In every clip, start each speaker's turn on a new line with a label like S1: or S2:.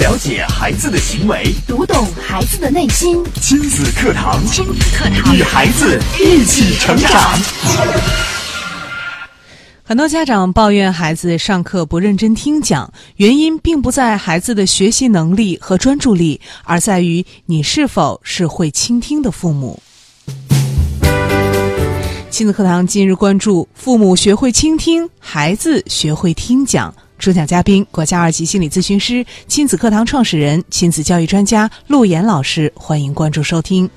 S1: 了解孩子的行为，
S2: 读懂孩子的内心。
S1: 亲子课堂，
S2: 亲子课堂
S1: 与孩子一起成长。
S3: 很多家长抱怨孩子上课不认真听讲，原因并不在孩子的学习能力和专注力，而在于你是否是会倾听的父母。亲子课堂近日关注：父母学会倾听，孩子学会听讲。主讲嘉宾：国家二级心理咨询师、亲子课堂创始人、亲子教育专家陆岩老师。欢迎关注收听。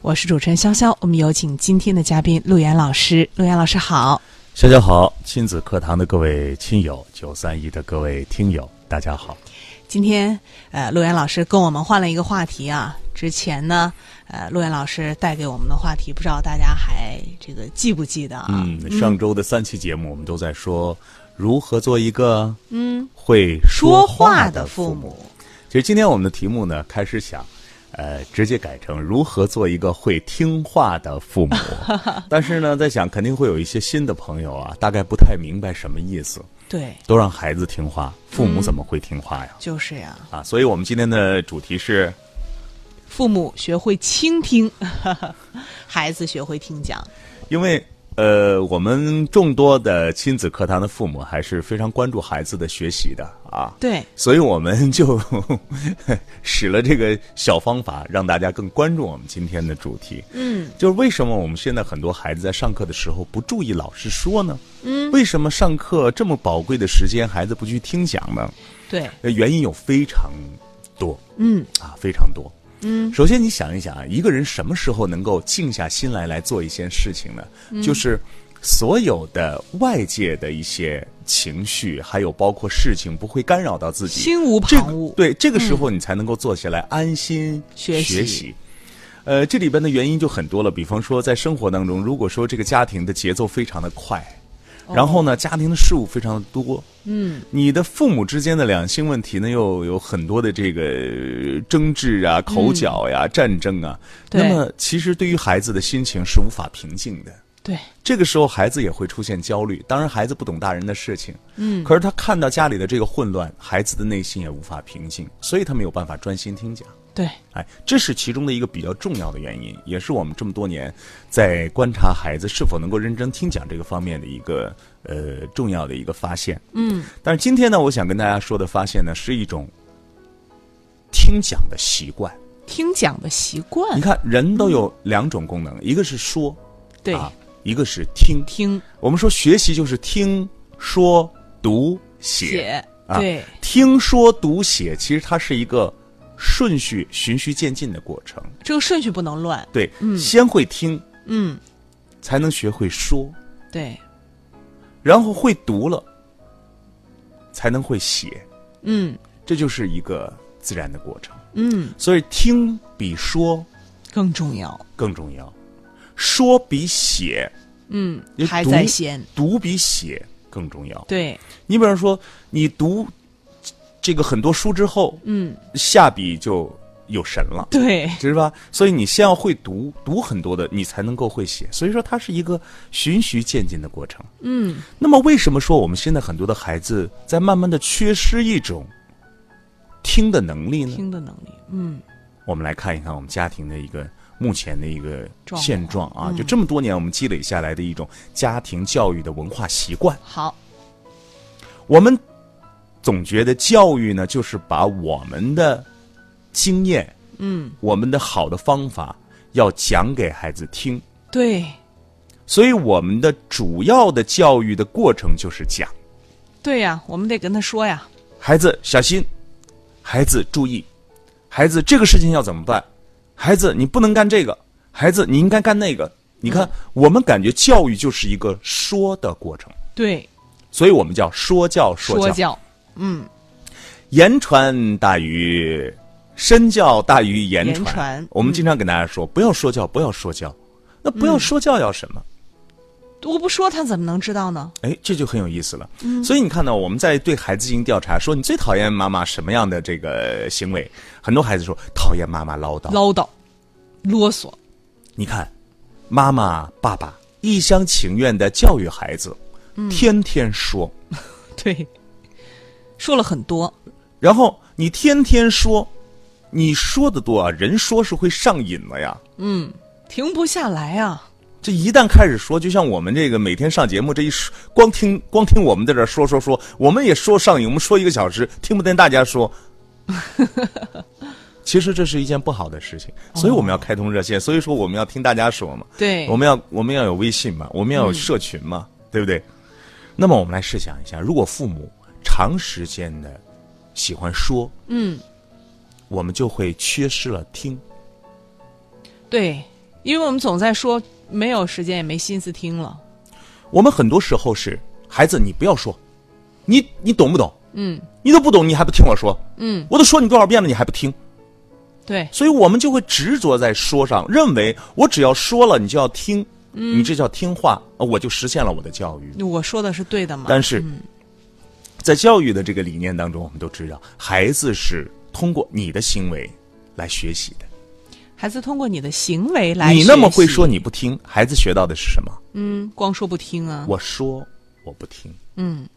S3: 我是主持人潇潇，我们有请今天的嘉宾陆岩老师。陆岩老师好，
S4: 大家好，亲子课堂的各位亲友，九三一的各位听友，大家好。
S3: 今天呃，陆岩老师跟我们换了一个话题啊。之前呢，呃，陆岩老师带给我们的话题，不知道大家还这个记不记得啊？
S4: 嗯，上周的三期节目，我们都在说如何做一个嗯会说话的父母。其实今天我们的题目呢，开始想，呃，直接改成如何做一个会听话的父母。但是呢，在想肯定会有一些新的朋友啊，大概不太明白什么意思。
S3: 对，
S4: 都让孩子听话，父母怎么会听话呀？
S3: 就是呀，
S4: 啊，所以我们今天的主题是
S3: 父母学会倾听， 孩子学会听讲。
S4: 因为呃，我们众多的亲子课堂的父母还是非常关注孩子的学习的啊。
S3: 对，
S4: 所以我们就 使了这个小方法，让大家更关注我们今天的主题。
S3: 嗯，
S4: 就是为什么我们现在很多孩子在上课的时候不注意老师说呢？嗯，为什么上课这么宝贵的时间，孩子不去听讲呢？
S3: 对，
S4: 呃原因有非常多
S3: 嗯
S4: 啊，非常多。嗯，首先你想一想啊，一个人什么时候能够静下心来来做一件事情呢？
S3: 嗯
S4: 就是所有的外界的一些情绪，还有包括事情，不会干扰到自己，
S3: 心无
S4: 这
S3: 旁骛、嗯
S4: 个对，这个时候你才能够坐下来安心
S3: 学习
S4: 学习。呃，这里边的原因就很多了，比方说在生活当中，如果说这个家庭的节奏非常的快，然后呢，家庭的事务非常的多，哦嗯，你的父母之间的两性问题呢，又有很多的这个呃争执啊、口角呀、战争啊，
S3: 对
S4: 那么其实对于孩子的心情是无法平静的。
S3: 对，
S4: 这个时候孩子也会出现焦虑，当然孩子不懂大人的事情，嗯，可是他看到家里的这个混乱，孩子的内心也无法平静，所以他没有办法专心听讲。
S3: 对，
S4: 哎，这是其中的一个比较重要的原因，也是我们这么多年在观察孩子是否能够认真听讲这个方面的一个呃重要的一个发现。嗯，但是今天呢，我想跟大家说的发现呢，是一种听讲的习惯。
S3: 听讲的习惯
S4: 你，看，人都有两种功能，一个是说，
S3: 对，
S4: 啊，一个是听。
S3: 听
S4: 我们说学习就是听说读写。
S3: 写，
S4: 啊
S3: 对，
S4: 听说读写，其实它是一个顺序循序渐进的过程。
S3: 这个顺序不能乱，
S4: 对，先会听，
S3: 嗯，
S4: 才能学会说，
S3: 对，
S4: 然后会读了，才能会写，
S3: 嗯
S4: 这就是一个自然的过程。
S3: 嗯，
S4: 所以听比说
S3: 更重要，
S4: 更重要，说比写，
S3: 嗯
S4: 也，
S3: 还
S4: 读
S3: 在先，
S4: 读比写更重要。
S3: 对，
S4: 你比方说，你读这个很多书之后，
S3: 嗯，
S4: 下笔就有神了。
S3: 对，
S4: 是吧？所以你先要会读，读很多的，你才能够会写。所以说，它是一个循序渐进的过程。嗯，那么为什么说我们现在很多的孩子在慢慢的缺失一种听的能力呢？
S3: 听的能力，嗯，
S4: 我们来看一看我们家庭的一个目前的一个
S3: 状况
S4: 现状啊，就这么多年我们积累下来的一种家庭教育的文化习惯。
S3: 好，
S4: 我们总觉得教育呢，就是把我们的经验，嗯，我们的好的方法要讲给孩子听，
S3: 对
S4: 所以我们的主要的教育的过程就是讲，
S3: 对呀，我们得跟他说呀，
S4: 孩子小心，孩子注意，孩子这个事情要怎么办，孩子你不能干这个，孩子你应该干那个。你看，我们感觉教育就是一个说的过程，
S3: 对，
S4: 所以我们叫说教说
S3: 说
S4: 教。
S3: 教，
S4: 言传大于身教大于言传。
S3: 言传
S4: 我们经常给大家说，不要说教，不要说教。那不要说教要什么？
S3: 我不说他怎么能知道呢？
S4: 哎，这就很有意思了。
S3: 嗯
S4: 所以你看到我们在对孩子进行调查，说你最讨厌妈妈什么样的这个行为？很多孩子说讨厌妈妈唠叨。
S3: 唠叨，啰嗦，
S4: 你看，妈妈、爸爸一厢情愿的教育孩子，
S3: 嗯
S4: 天天说，
S3: 对，说了很多，
S4: 然后你天天说，你说的多啊，人说是会上瘾的呀。
S3: 停不下来啊。
S4: 这一旦开始说，就像我们这个每天上节目这一说，光听光听我们在这儿说说说，我们也说上瘾，我们说一个小时，听不见大家说。其实这是一件不好的事情，所以我们要开通热线，所以说我们要听大家说嘛，
S3: 对
S4: 我们要我们要有微信嘛，我们要有社群嘛，对不对？那么我们来试想一下，如果父母长时间的喜欢说，嗯，我们就会缺失了听。
S3: 对，因为我们总在说没有时间也没心思听了。
S4: 我们很多时候是孩子，你不要说，你你懂不懂？
S3: 嗯，
S4: 你都不懂，你还不听我说？
S3: 嗯，
S4: 我都说你多少遍了，你还不听？
S3: 对，
S4: 所以我们就会执着在说上，认为我只要说了，你就要听，
S3: 嗯
S4: 你这叫听话，呃我就实现了我的教育。
S3: 我说的是对的嘛？
S4: 但是，在教育的这个理念当中，我们都知道，孩子是通过你的行为来学习的。
S3: 孩子通过你的行为来，
S4: 你那么会说，，你不听，孩子学到的是什么？
S3: 嗯，光说不听啊。
S4: 我说我不听，
S3: 嗯，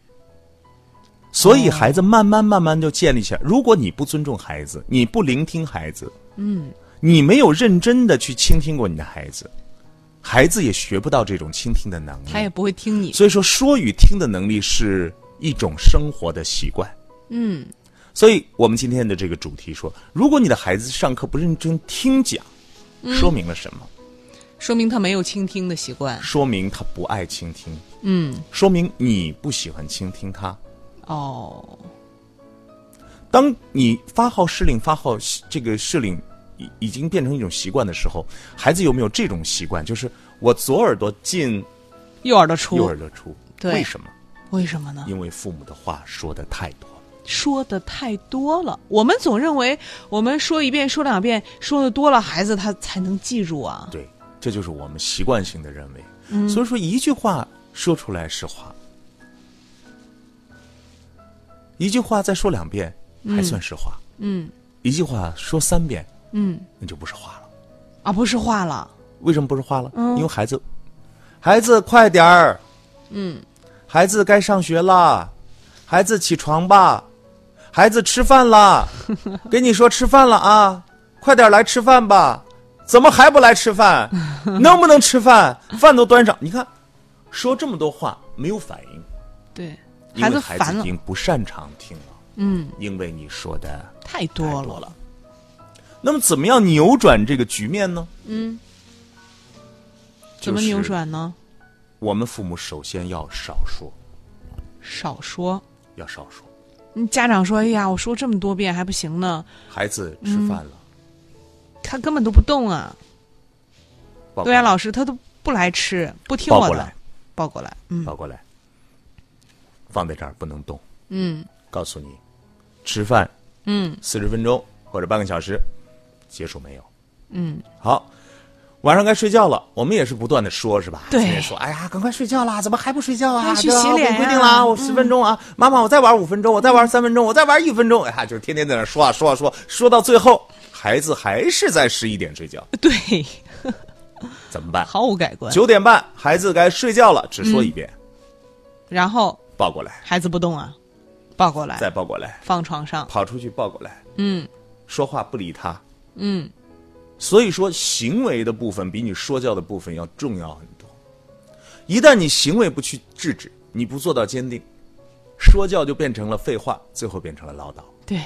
S4: 所以孩子慢慢慢慢就建立起来。如果你不尊重孩子，你不聆听孩子，嗯，你没有认真的去倾听过你的孩子，孩子也学不到这种倾听的能力。
S3: 他也不会听你。
S4: 所以说，说与听的能力是一种生活的习惯。
S3: 嗯，
S4: 所以我们今天的这个主题说，如果你的孩子上课不认真听讲，
S3: 嗯
S4: 说明了什么？
S3: 说明他没有倾听的习惯。
S4: 说明他不爱倾听，
S3: 嗯，
S4: 说明你不喜欢倾听他。
S3: 哦，
S4: 当你发号施令、发号这个施令已已经变成一种习惯的时候，孩子有没有这种习惯？就是我左耳朵进，
S3: 右耳朵出，
S4: 右耳朵出，
S3: 对
S4: 为什么？
S3: 为什么呢？
S4: 因为父母的话说的太多了。
S3: 说的太多了，我们总认为我们说一遍、说两遍，说的多了，孩子他才能记住啊。
S4: 对，这就是我们习惯性的认为。
S3: 嗯
S4: 所以说，一句话说出来是话，一句话再说两遍还算是话，
S3: 嗯
S4: 一句话说三遍
S3: 嗯，
S4: 那就不是话了。
S3: 啊，不是话了，
S4: 为什么不是话了？
S3: 嗯
S4: 因为孩子，孩子快点儿，嗯，孩子该上学啦，孩子起床吧，孩子吃饭 啦，给你说吃饭了啊，快点来吃饭吧，怎么还不来吃 饭？能不能吃饭？饭都端上，你看，说这么多话没有反应，
S3: 对，
S4: 因为
S3: 子
S4: 孩
S3: 烦
S4: 子已
S3: 了，
S4: 经不擅长听了，
S3: 嗯，
S4: 因为你说的。
S3: 太多了。
S4: 那么怎么样扭转这个局面呢？
S3: 嗯，怎么扭？转呢？
S4: 我们父母首先要少说，
S3: 少说。
S4: 要少说。
S3: 嗯家长说：“哎呀，我说这么多遍还不行呢，
S4: 孩子吃饭了，
S3: 他根本都不动啊。”
S4: 抱过
S3: 嗯对
S4: 来
S3: 呀，老师他都不来吃，不听
S4: 抱
S3: 我
S4: 过
S3: 的
S4: 来，，
S3: 抱过来。嗯
S4: 抱过来，放在这儿不能动。
S3: 嗯
S4: 告诉你，吃饭
S3: 嗯
S4: 四十分钟或者半个小时，结束没有？
S3: 嗯，
S4: 好，晚上该睡觉了，我们也是不断的说，是吧？
S3: 对
S4: 天天说，哎呀，赶快睡觉啦，怎么还不睡觉啊？
S3: 快去
S4: 对吧
S3: 洗脸
S4: 我
S3: 啊
S4: 规定了啊，我十分钟啊，妈妈，我再玩五分钟，我再玩三分钟，我再玩一分钟，哎呀，就是天天在那说啊说啊说，说到最后，孩子还是在十一点睡觉，
S3: 对，
S4: 怎么办？
S3: 毫无改观。
S4: 九点半，孩子该睡觉了，只说一
S3: 嗯
S4: 遍，
S3: 然后
S4: 抱过来，
S3: 孩子不动啊，抱过来，
S4: 再抱过来，
S3: 放床上。
S4: 跑出去抱过来，
S3: 嗯
S4: 说话不理他。
S3: 嗯，
S4: 所以说，行为的部分比你说教的部分要重要很多。一旦你行为不去制止，你不做到坚定，说教就变成了废话，最后变成了唠叨。
S3: 对，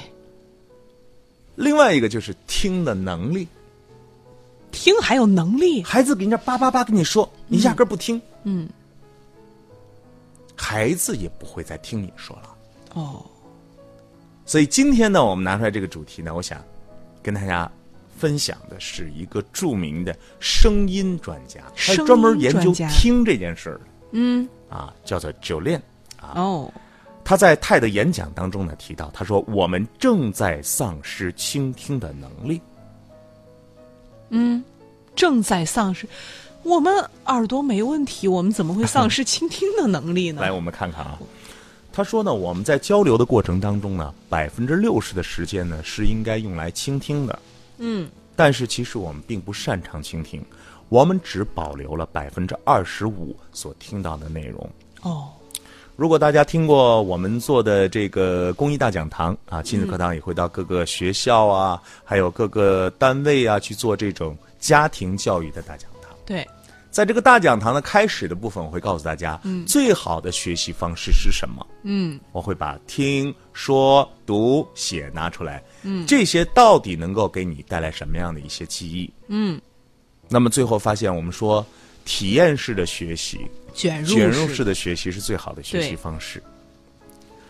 S4: 另外一个就是听的能力，
S3: 听还有能力。
S4: 孩子给人家叭叭叭跟你说，你压根儿不听，嗯，孩子也不会再听你说了。
S3: 哦，
S4: 所以今天呢，我们拿出来这个主题呢，我想跟大家分享的是一个著名的声音专家，他
S3: 声
S4: 专门
S3: 音
S4: 研
S3: 专
S4: 究
S3: 家
S4: 听这件事儿的
S3: 嗯
S4: 啊，叫做九恋。
S3: 哦，
S4: 他在泰的演讲当中呢提到，他说我们正在丧失倾听的能力。
S3: 正在丧失。我们耳朵没问题，我们怎么会丧失倾听的能力呢？
S4: 来，我们看看啊，他说呢，我们在交流的过程当中呢，百分之六十的时间呢是应该用来倾听的。
S3: 嗯，
S4: 但是其实我们并不擅长倾听，我们只保留了百分之二十五所听到的内容。
S3: 哦，
S4: 如果大家听过我们做的这个公益大讲堂啊，亲子课堂也会到各个学校啊，还有各个单位啊去做这种家庭教育的大讲堂。
S3: 对，
S4: 在这个大讲堂的开始的部分，我会告诉大家，最好的学习方式是什么。
S3: 嗯，
S4: 我会把听说读写拿出来，嗯，这些到底能够给你带来什么样的一些记忆？嗯，那么最后发现，我们说体验式的学习，
S3: 卷入
S4: 卷入式
S3: 式
S4: 的学习是最好的学习
S3: 对
S4: 方式。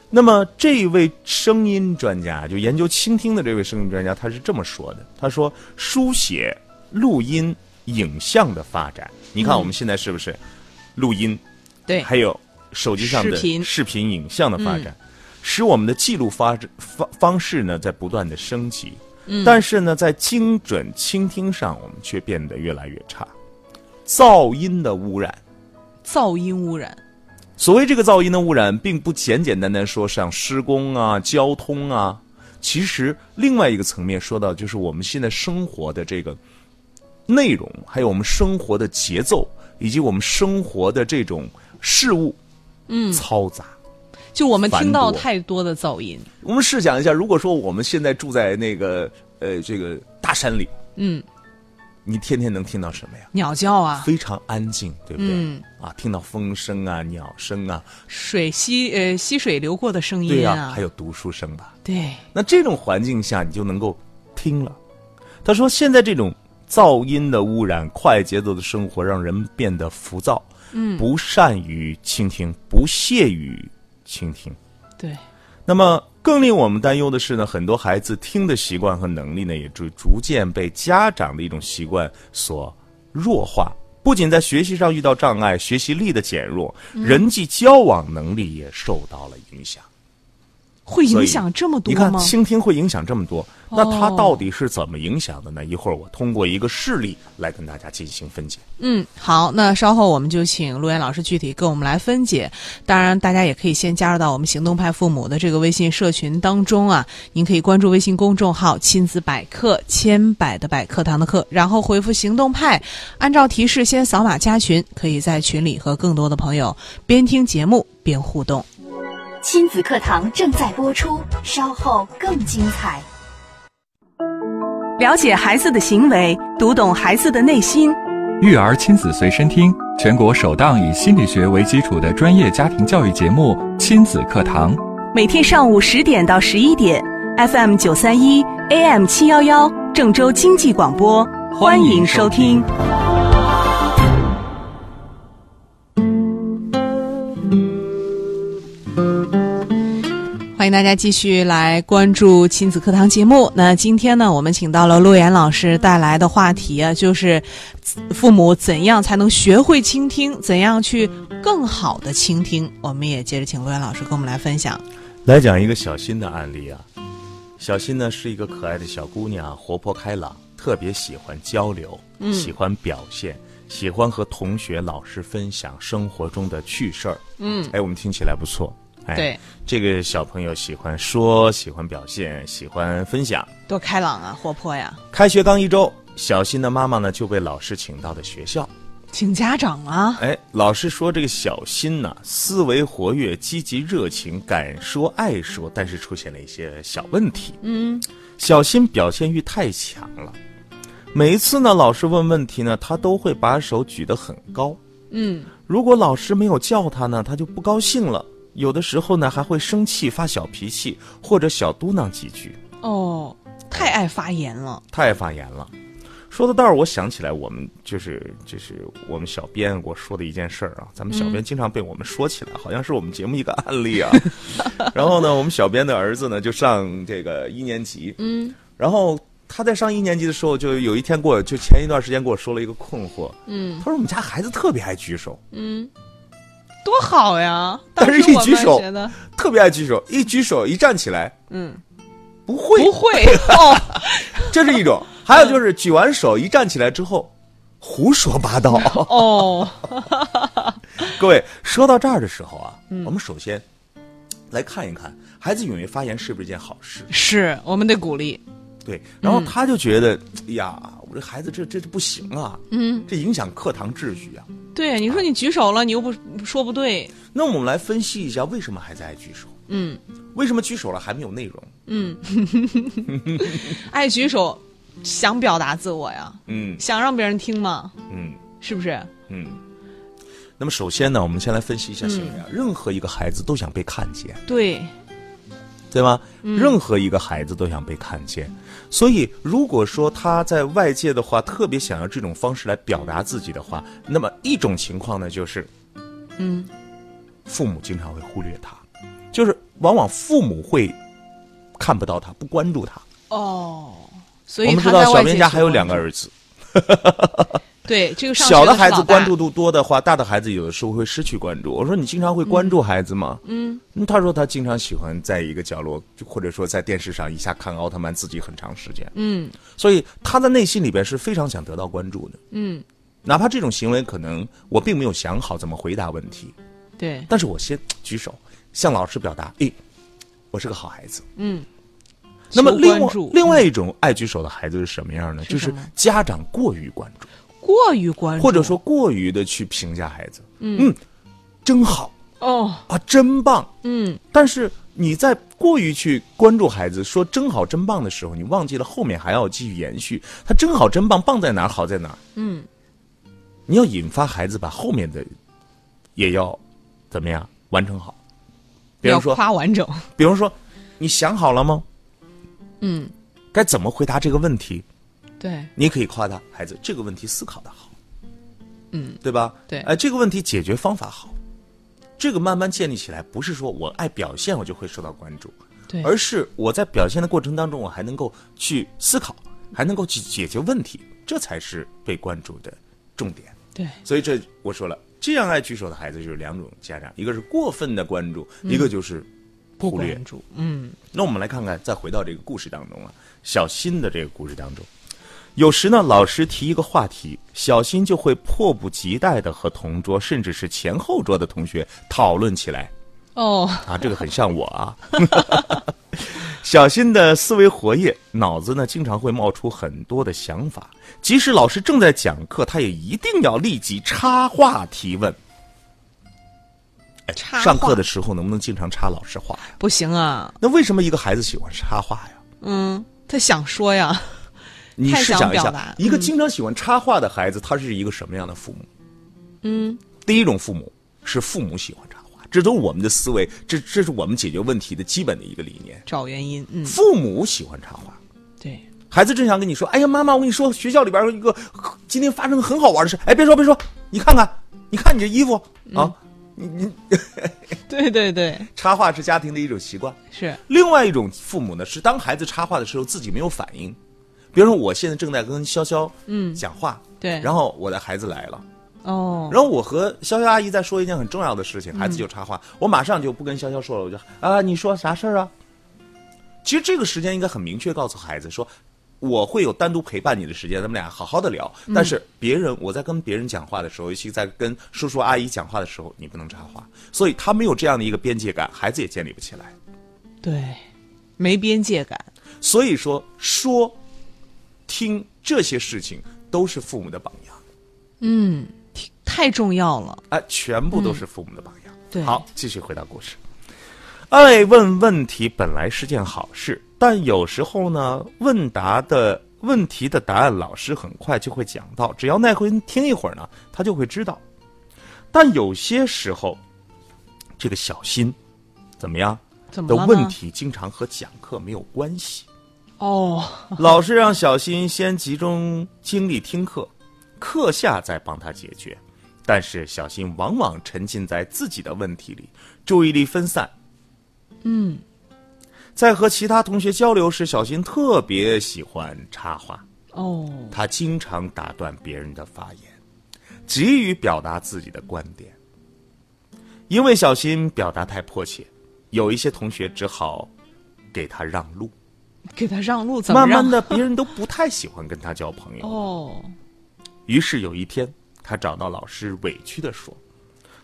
S4: 那么这一位声音专家，就研究倾听的这位声音专家，他是这么说的：他说，书写、录音、影像的发展，你看我们现在是不是录音，
S3: 对，
S4: 还有手机上的
S3: 视频
S4: 视频影像的发展，使我们的记录发展方方式呢在不断的升级。但是呢，在精准倾听上，我们却变得越来越差。噪音的污染，
S3: 噪音污染，
S4: 所谓这个噪音的污染，并不简简单单说像施工啊、交通啊，其实另外一个层面说到，就是我们现在生活的这个内容，还有我们生活的节奏，以及我们生活的这种事物，嗯，嘈杂。
S3: 就我们听
S4: 繁
S3: 到
S4: 多
S3: 太多的噪音，
S4: 我们试想一下，如果说我们现在住在那个呃这个大山里，
S3: 嗯，
S4: 你天天能听到什么呀？
S3: 鸟叫啊，
S4: 非常安静，对不对？
S3: 嗯
S4: 啊，听到风声啊、鸟声啊，
S3: 水溪呃溪水流过的声
S4: 对
S3: 音
S4: 呀、
S3: 啊，
S4: 还有读书声吧。
S3: 对
S4: 那这种环境下，你就能够听了。他说，现在这种噪音的污染、快节奏的生活，让人变得浮躁，嗯，不善于倾听，不屑于倾听。
S3: 对
S4: 那么，更令我们担忧的是呢，很多孩子听的习惯和能力呢，也逐逐渐被家长的一种习惯所弱化。不仅在学习上遇到障碍，学习力的减弱，人际交往能力也受到了影响。
S3: 会
S4: 所
S3: 影
S4: 以
S3: 响这么多
S4: 你看
S3: 吗？
S4: 倾听会影响这么多，那它
S3: 哦
S4: 到底是怎么影响的呢？一会儿我通过一个事例来跟大家进行分解。
S3: 嗯，好，那稍后我们就请陆岩老师具体跟我们来分解。当然，大家也可以先加入到我们行动派父母的这个微信社群当中啊。您可以关注微信公众号“亲子百科”，千百的百课堂的课，然后回复“行动派”，按照提示先扫码加群，可以在群里和更多的朋友边听节目边互动。
S2: 亲子课堂正在播出，稍后更精彩。
S3: 了解孩子的行为，读懂孩子的内心。
S5: 育儿亲子随身听，全国首档以心理学为基础的专业家庭教育节目《亲子课堂》。
S6: 每天上午十点到十一点，FM 九三一，AM 七幺幺，郑州经济广播，欢迎收听。
S3: 欢迎大家继续来关注亲子课堂节目。那今天呢，我们请到了陆岩老师带来的话题啊，就是父母怎样才能学会倾听，怎样去更好的倾听。我们也接着请陆岩老师跟我们来分享。
S4: 来讲一个小新的案例啊，小新呢是一个可爱的小姑娘，活泼开朗，特别喜欢交流，
S3: 嗯
S4: 喜欢表现，喜欢和同学、老师分享生活中的趣事儿。嗯，哎，我们听起来不错。哎，
S3: 对，
S4: 这个小朋友喜欢说，喜欢表现，喜欢分享。
S3: 多开朗啊，活泼呀，
S4: 开学刚一周，小新的妈妈呢就被老师请到了学校。
S3: 请家长啊，
S4: 哎，老师说这个小新呐，思维活跃、积极热情，敢说爱说，但是出现了一些小问题。嗯，小新表现欲太强了，每一次呢，老师问问题呢，他都会把手举得很高。
S3: 嗯，
S4: 如果老师没有叫他呢，他就不高兴了。有的时候呢，还会生气、发小脾气，或者小嘟囔几句。
S3: 哦，太爱发言了，
S4: 太发言了。说到这儿，我想起来我们就是就是我们小编给我说的一件事儿啊，咱们小编经常被我们说起来，好像是我们节目一个案例啊。 然后呢，我们小编的儿子呢就上这个一年级，嗯，然后他在上一年级的时候，就有一天给我就前一段时间给我说了一个困惑，嗯，他说我们家孩子特别爱举手，
S3: 嗯多好呀！
S4: 但是
S3: 当时
S4: 一
S3: 我
S4: 举
S3: 们
S4: 手
S3: 觉得
S4: 特别爱举手，一举手一站起来，
S3: 嗯，
S4: 不会，
S3: 不会哦，
S4: 这是一种；还有就是举完手一站起来之后，胡说八道。
S3: 哦，
S4: 各位，说到这儿的时候啊，我们首先来看一看孩子勇于发言是不是一件好事。
S3: 是我们得鼓励，
S4: 对，然后
S3: 嗯
S4: 他就觉得，哎呀，我这孩子这这这不行啊，嗯，这影响课堂秩序啊。
S3: 对，你说你举手了，你又不说不对，
S4: 那我们来分析一下，为什么孩子爱举手？
S3: 嗯，
S4: 为什么举手了还没有内容？
S3: 爱举手，想表达自我呀，
S4: 嗯
S3: 想让别人听嘛，
S4: 嗯
S3: 是不是？
S4: 嗯。那么首先呢，我们先来分析一下心理啊。任何一个孩子都想被看见，
S3: 对，
S4: 对吗？
S3: 嗯
S4: 任何一个孩子都想被看见，所以如果说他在外界的话，特别想要这种方式来表达自己的话，那么一种情况呢，就是，
S3: 嗯，
S4: 父母经常会忽略他，就是往往父母会看不到他，不关注他。
S3: 哦，所
S4: 我
S3: 以
S4: 们
S3: 他
S4: 知
S3: 在
S4: 道
S3: 外
S4: 小
S3: 界
S4: 明家
S3: 是
S4: 还有
S3: 关
S4: 两个
S3: 注，
S4: 儿子，
S3: 对，这个上
S4: 小
S3: 学
S4: 的
S3: 是
S4: 孩子
S3: 老
S4: 关
S3: 大
S4: 注度多的话，大的孩子有的时候会失去关注。我说你经常会关注孩子吗？嗯，他说他经常喜欢在一个角落，就或者说在电视上一下看奥特曼自己很长时间。
S3: 嗯，
S4: 所以他的内心里边是非常想得到关注的。
S3: 嗯，
S4: 哪怕这种行为可能我并没有想好怎么回答问题，
S3: 对，
S4: 但是我先举手向老师表达，诶，我是个好孩子。
S3: 嗯。
S4: 那么
S3: 求
S4: 另
S3: 关
S4: 外
S3: 注嗯
S4: 另外一种爱举手的孩子是什么样呢？
S3: 是
S4: 就是
S3: 什么
S4: 家长过于关注。
S3: 过于关注，
S4: 或者说过于的去评价孩子。嗯，真好
S3: 哦，
S4: 啊，真棒。
S3: 嗯，
S4: 但是你在过于去关注孩子说真好真棒的时候，你忘记了后面还要继续延续。他真好真棒，棒在哪儿？好在哪儿？嗯，你要引发孩子把后面的也要怎么样完成好。比
S3: 要
S4: 如说，
S3: 夸完整，
S4: 比如说，你想好了吗？
S3: 嗯，
S4: 该怎么回答这个问题？
S3: 对，
S4: 你可以夸他孩子这个问题思考的好，嗯，对吧？
S3: 对
S4: 哎、这个问题解决方法好，这个慢慢建立起来，不是说我爱表现我就会受到关注，
S3: 对，
S4: 而是我在表现的过程当中，我还能够去思考，还能够去解决问题，这才是被关注的重点。
S3: 对，
S4: 所以这我说了，这样爱举手的孩子就是两种家长，一个是过分的关注，
S3: 嗯
S4: 一个就是
S3: 不
S4: 忽略
S3: 关注，嗯，
S4: 那我们来看看，再回到这个故事当中啊，小新的这个故事当中，有时呢，老师提一个话题，小新就会迫不及待的和同桌甚至是前后桌的同学讨论起来
S3: 哦，
S4: 啊，这个很像我啊。 小新的思维活跃，脑子呢经常会冒出很多的想法，即使老师正在讲课，他也一定要立即插话提问。哎，
S3: 插话
S4: 上课的时候能不能经常插老师话呀？
S3: 不行啊，
S4: 那为什么一个孩子喜欢插话呀？
S3: 嗯，他想说呀，
S4: 你
S3: 太
S4: 试
S3: 想
S4: 想一
S3: 表
S4: 下
S3: 达，
S4: 一个经常喜欢插话的孩子，他是一个什么样的父母？
S3: 嗯，
S4: 第一种父母是父母喜欢插话，这都是我们的思维，这这是我们解决问题的基本的一个理念。
S3: 找原因，嗯，
S4: 父母喜欢插话，
S3: 对，
S4: 孩子正想跟你说：“哎呀，妈妈，我跟你说，学校里边有一个今天发生个很好玩的事。”哎，别说别说，你看看，你看你这衣服
S3: 嗯
S4: 啊，你你
S3: 对对对，
S4: 插话是家庭的一种习惯。
S3: 是，
S4: 另外一种父母呢，是当孩子插话的时候自己没有反应，比如说我现在正在跟潇潇嗯讲话，
S3: 对
S4: 然后我的孩子来了，
S3: 哦，
S4: 然后我和潇潇阿姨在说一件很重要的事情，孩子就插话，我马上就不跟潇潇说了，我就啊你说啥事儿啊？其实这个时间应该很明确告诉孩子说。我会有单独陪伴你的时间，咱们俩好好的聊。但是别人，我在跟别人讲话的时候，尤其在跟叔叔阿姨讲话的时候，你不能插话。所以他没有这样的一个边界感，孩子也建立不起来。
S3: 对，没边界感，
S4: 所以说，说、听这些事情都是父母的榜样，
S3: 太重要了，
S4: 哎、全部都是父母的榜样。
S3: 嗯对
S4: 好，继续回答故事。爱问问题本来是件好事，但有时候呢，问答的问题的答案，老师很快就会讲到，只要耐心听一会儿呢，他就会知道。但有些时候，这个小心怎么样
S3: 怎么
S4: 的
S3: 了呢
S4: 问题，经常和讲课没有关系。
S3: 哦，
S4: 老师让小新先集中精力听课，课下再帮他解决。但是小新往往沉浸在自己的问题里，注意力分散。嗯，在和其他同学交流时，小新特别喜欢插话，
S3: 哦，
S4: 他经常打断别人的发言，急于表达自己的观点。因为小新表达太迫切，有一些同学只好给他让路。
S3: 给他让路，怎么
S4: 慢
S3: 让？
S4: 慢的，别人都不太喜欢跟他交朋友。
S3: 哦，
S4: 于是有一天，他找到老师，委屈的说：“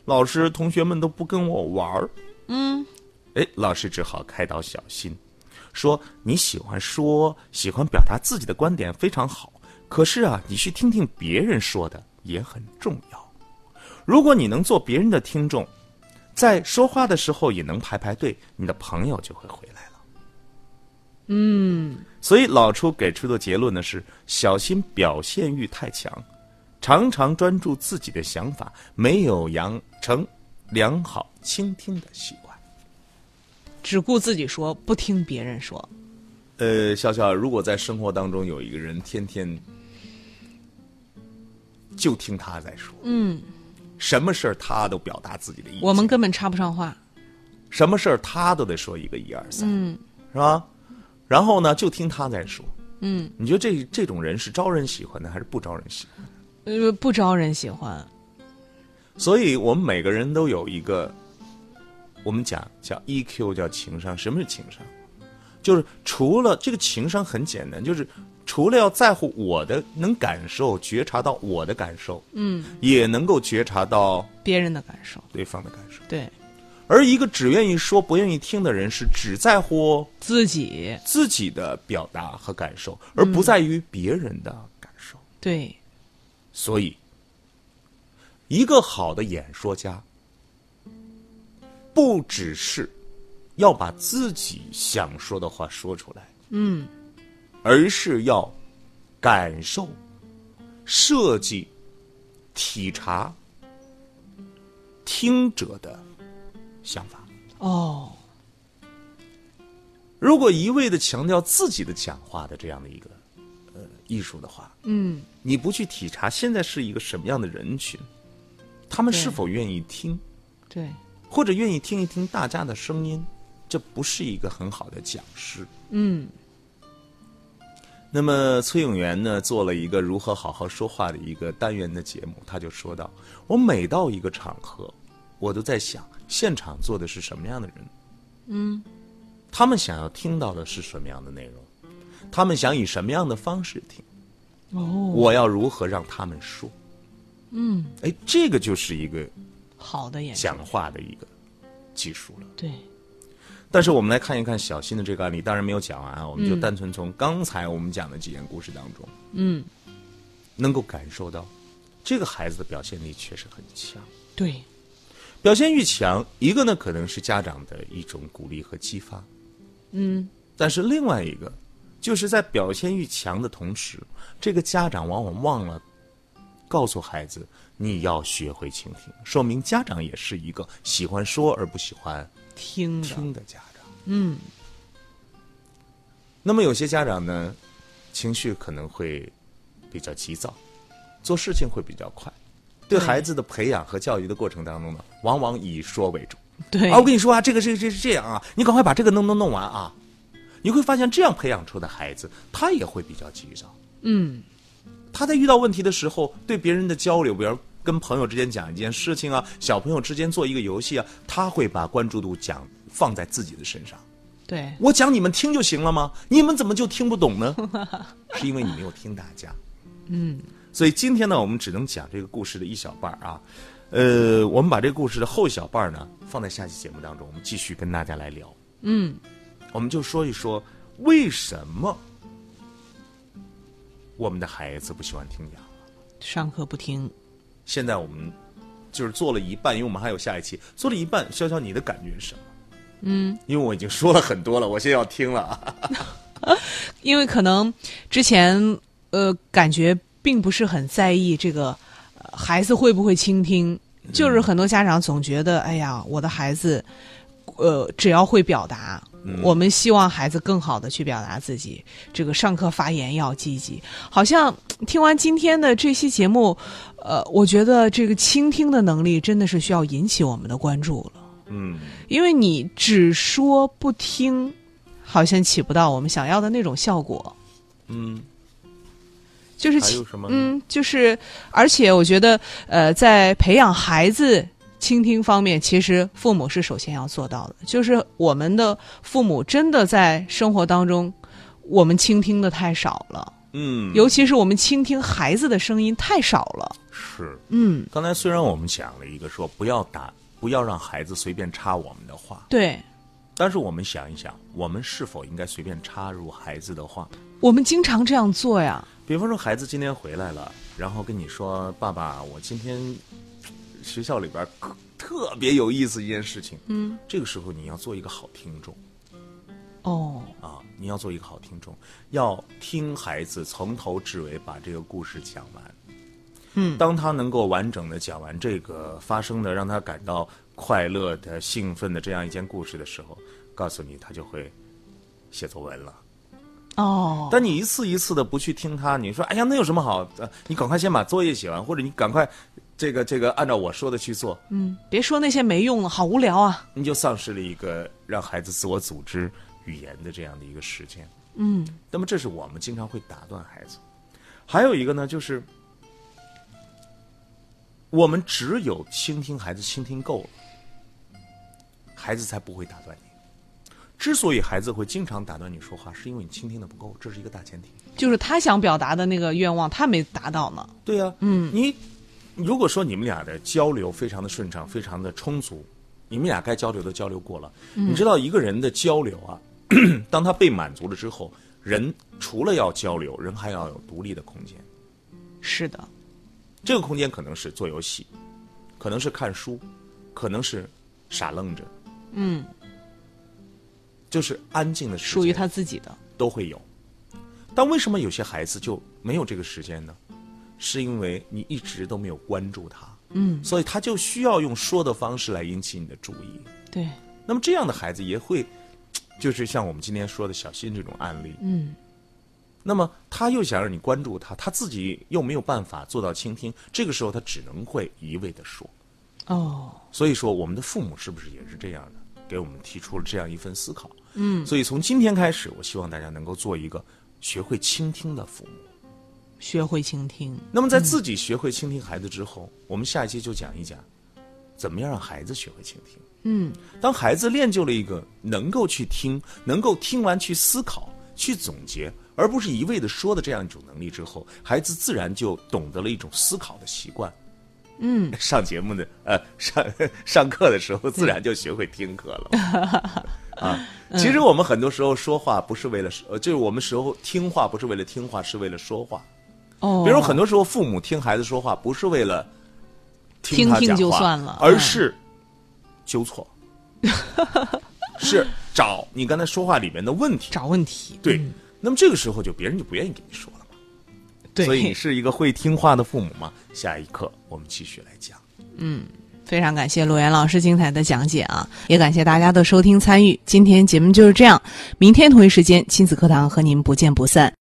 S4: 老师，同学们都不跟我玩儿。”嗯，哎，老师只好开导小新，说：“你喜欢说，喜欢表达自己的观点非常好，可是啊，你去听听别人说的也很重要。如果你能做别人的听众，在说话的时候也能排排队，你的朋友就会回来了。嗯，所以老初给出的结论呢是：小心表现欲太强，常常专注自己的想法，没有养成良好倾听的习惯。
S3: 只顾自己说，不听别人说。
S4: 呃，笑笑，如果在生活当中有一个人天天就听他在说，嗯，什么事儿他都表达自己的意见，
S3: 我们根本插不上话。
S4: 什么事儿他都得说一个一二三，嗯，是吧？然后呢，就听他在说，嗯，你觉得这这种人是招人喜欢的还是不招人喜欢？
S3: 呃，不招人喜欢。
S4: 所以我们每个人都有一个，我们讲叫 EQ，叫情商。什么是情商？就是除了这个情商很简单，就是除了要在乎我的能感受，觉察到我的感受，嗯，也能够觉察到
S3: 别人的感受，
S4: 对方的感受。
S3: 对
S4: 而一个只愿意说不愿意听的人，是只在乎
S3: 自己，
S4: 自己的表达和感受，而不在于别人的感受。
S3: 对
S4: 所以，一个好的演说家，不只是要把自己想说的话说出来，嗯，而是要感受、设计、体察听者的想法。
S3: 哦，
S4: 如果一味的强调自己的讲话的这样的一个呃艺术的话，嗯，你不去体察现在是一个什么样的人群，他们是
S3: 对
S4: 否愿意听，
S3: 对，
S4: 或者愿意听一听大家的声音，这不是一个很好的讲师。
S3: 嗯，
S4: 那么崔永元呢，做了一个如何好好说话的一个单元的节目，他就说到：我每到一个场合，我都在想，现场坐的是什么样的人，嗯，他们想要听到的是什么样的内容，他们想以什么样的方式听，
S3: 哦，
S4: 我要如何让他们说，嗯，哎，这个就是一个
S3: 好的演说，
S4: 讲话的一个技术了。
S3: 对，
S4: 但是我们来看一看小新的这个案例，当然没有讲完啊，我们就单纯从刚才我们讲的几件故事当中，
S3: 嗯，
S4: 能够感受到这个孩子的表现力确实很强，
S3: 对，
S4: 表现欲强，一个呢可能是家长的一种鼓励和激发，嗯，但是另外一个就是在表现欲强的同时，这个家长往往忘了告诉孩子你要学会倾听，说明家长也是一个喜欢说而不喜欢
S3: 听的，
S4: 听的家长。嗯。那么有些家长呢，情绪可能会比较急躁，做事情会比较快，对孩子的培养和教育的过程当中呢，往往以说为主。
S3: 对
S4: 啊，我跟你说啊，这个是这是这样啊，你赶快把这个弄弄弄完啊。你会发现，这样培养出的孩子，他也会比较急躁。
S3: 嗯，
S4: 他在遇到问题的时候，对别人的交流，比如跟朋友之间讲一件事情啊，小朋友之间做一个游戏啊，他会把关注度讲放在自己的身上。
S3: 对，
S4: 我讲你们听就行了吗？你们怎么就听不懂 呢？是因为你没有听大家。嗯，所以今天呢，我们只能讲这个故事的一小半儿啊。呃，我们把这个故事的后小半儿呢，放在下期节目当中，我们继续跟大家来聊。嗯，我们就说一说为什么我们的孩子不喜欢听讲。
S3: 上课不听，
S4: 现在我们就是做了一半，因为我们还有下一期，做了一半，潇潇你的感觉是什么？嗯，因为我已经说了很多了，我现在要听了啊。
S3: 因为可能之前呃感觉并不是很在意这个、呃孩子会不会倾听，就是很多家长总觉得，哎呀，我的孩子，呃，只要会表达。我们希望孩子更好的去表达自己，这个上课发言要积极。好像听完今天的这期节目，呃，我觉得这个倾听的能力真的是需要引起我们的关注了。
S4: 嗯，
S3: 因为你只说不听，好像起不到我们想要的那种效果。
S4: 嗯，
S3: 就是
S4: 还
S3: 起
S4: 有什么呢？
S3: 嗯，就是而且我觉得，呃，在培养孩子倾听方面，其实父母是首先要做到的。就是我们的父母真的在生活当中，我们倾听的太少了，
S4: 嗯，
S3: 尤其是我们倾听孩子的声音太少了。
S4: 是。
S3: 嗯，
S4: 刚才虽然我们讲了一个说不要打，不要让孩子随便插我们的话，
S3: 对，
S4: 但是我们想一想，我们是否应该随便插入孩子的话？
S3: 我们经常这样做呀。
S4: 比方说，孩子今天回来了，然后跟你说：“爸爸，我今天学校里边儿可特别有意思一件事情，嗯，这个时候你要做一个好听众
S3: 哦，
S4: 啊，你要做一个好听众，要听孩子从头至尾把这个故事讲完。嗯，当他能够完整的讲完这个发生的让他感到快乐的、兴奋的这样一件故事的时候，告诉你他就会写作文了。
S3: 哦，
S4: 但你一次一次的不去听他，你说哎呀，那有什么好？呃你赶快先把作业写完，或者你赶快这个这个按照我说的去做，
S3: 嗯，别说那些没用了，好无聊啊。
S4: 你就丧失了一个让孩子自我组织语言的这样的一个时间。
S3: 嗯，
S4: 那么这是我们经常会打断孩子。还有一个呢，就是我们只有倾听孩子，倾听够了，孩子才不会打断你。之所以孩子会经常打断你说话，是因为你倾听的不够，这是一个大前提。
S3: 就是他想表达的那个愿望，他没达到呢。
S4: 对呀、嗯，你如果说你们俩的交流非常的顺畅，非常的充足，你们俩该交流的交流过了，
S3: 嗯
S4: 你知道一个人的交流啊， 当他被满足了之后，人除了要交流，人还要有独立的空间。
S3: 是的，
S4: 这个空间可能是做游戏，可能是看书，可能是傻愣着，嗯，就是安静的时间
S3: 属于他自己的。
S4: 都会有。但为什么有些孩子就没有这个时间呢？是因为你一直都没有关注他，嗯，所以他就需要用说的方式来引起你的注意。
S3: 对，
S4: 那么这样的孩子也会，就是像我们今天说的小新这种案例，
S3: 嗯，
S4: 那么他又想让你关注他，他自己又没有办法做到倾听，这个时候他只能会一味的说。
S3: 哦，
S4: 所以说，我们的父母是不是也是这样的，给我们提出了这样一份思考？嗯，所以从今天开始，我希望大家能够做一个学会倾听的父母。
S3: 学会倾听。
S4: 那么，在自己学会倾听孩子之后，我们下一期就讲一讲，怎么样让孩子学会倾听。
S3: 嗯，
S4: 当孩子练就了一个能够去听、能够听完去思考、去总结，而不是一味的说的这样一种能力之后，孩子自然就懂得了一种思考的习惯。嗯，上节目的呃上上课的时候，自然就学会听课了嘛。 啊，其实我们很多时候说话不是为了呃，就是我们时候听话不是为了听话，是为了说话。
S3: 哦，
S4: 比如很多时候，父母听孩子说话不是为了
S3: 听
S4: 他
S3: 听
S4: 讲话
S3: 就算了
S4: 而
S3: 嗯
S4: 是纠错， 是找你刚才说话里面的问题。
S3: 找嗯问题。
S4: 对，那么这个时候就别人就不愿意给你说了嘛。
S3: 对，
S4: 所以 你是一个会听话的父母吗？下一课我们继续来讲。
S3: 非常感谢陆岩老师精彩的讲解啊，也感谢大家的收听参与。今天节目就是这样，明天同一时间亲子课堂和您不见不散。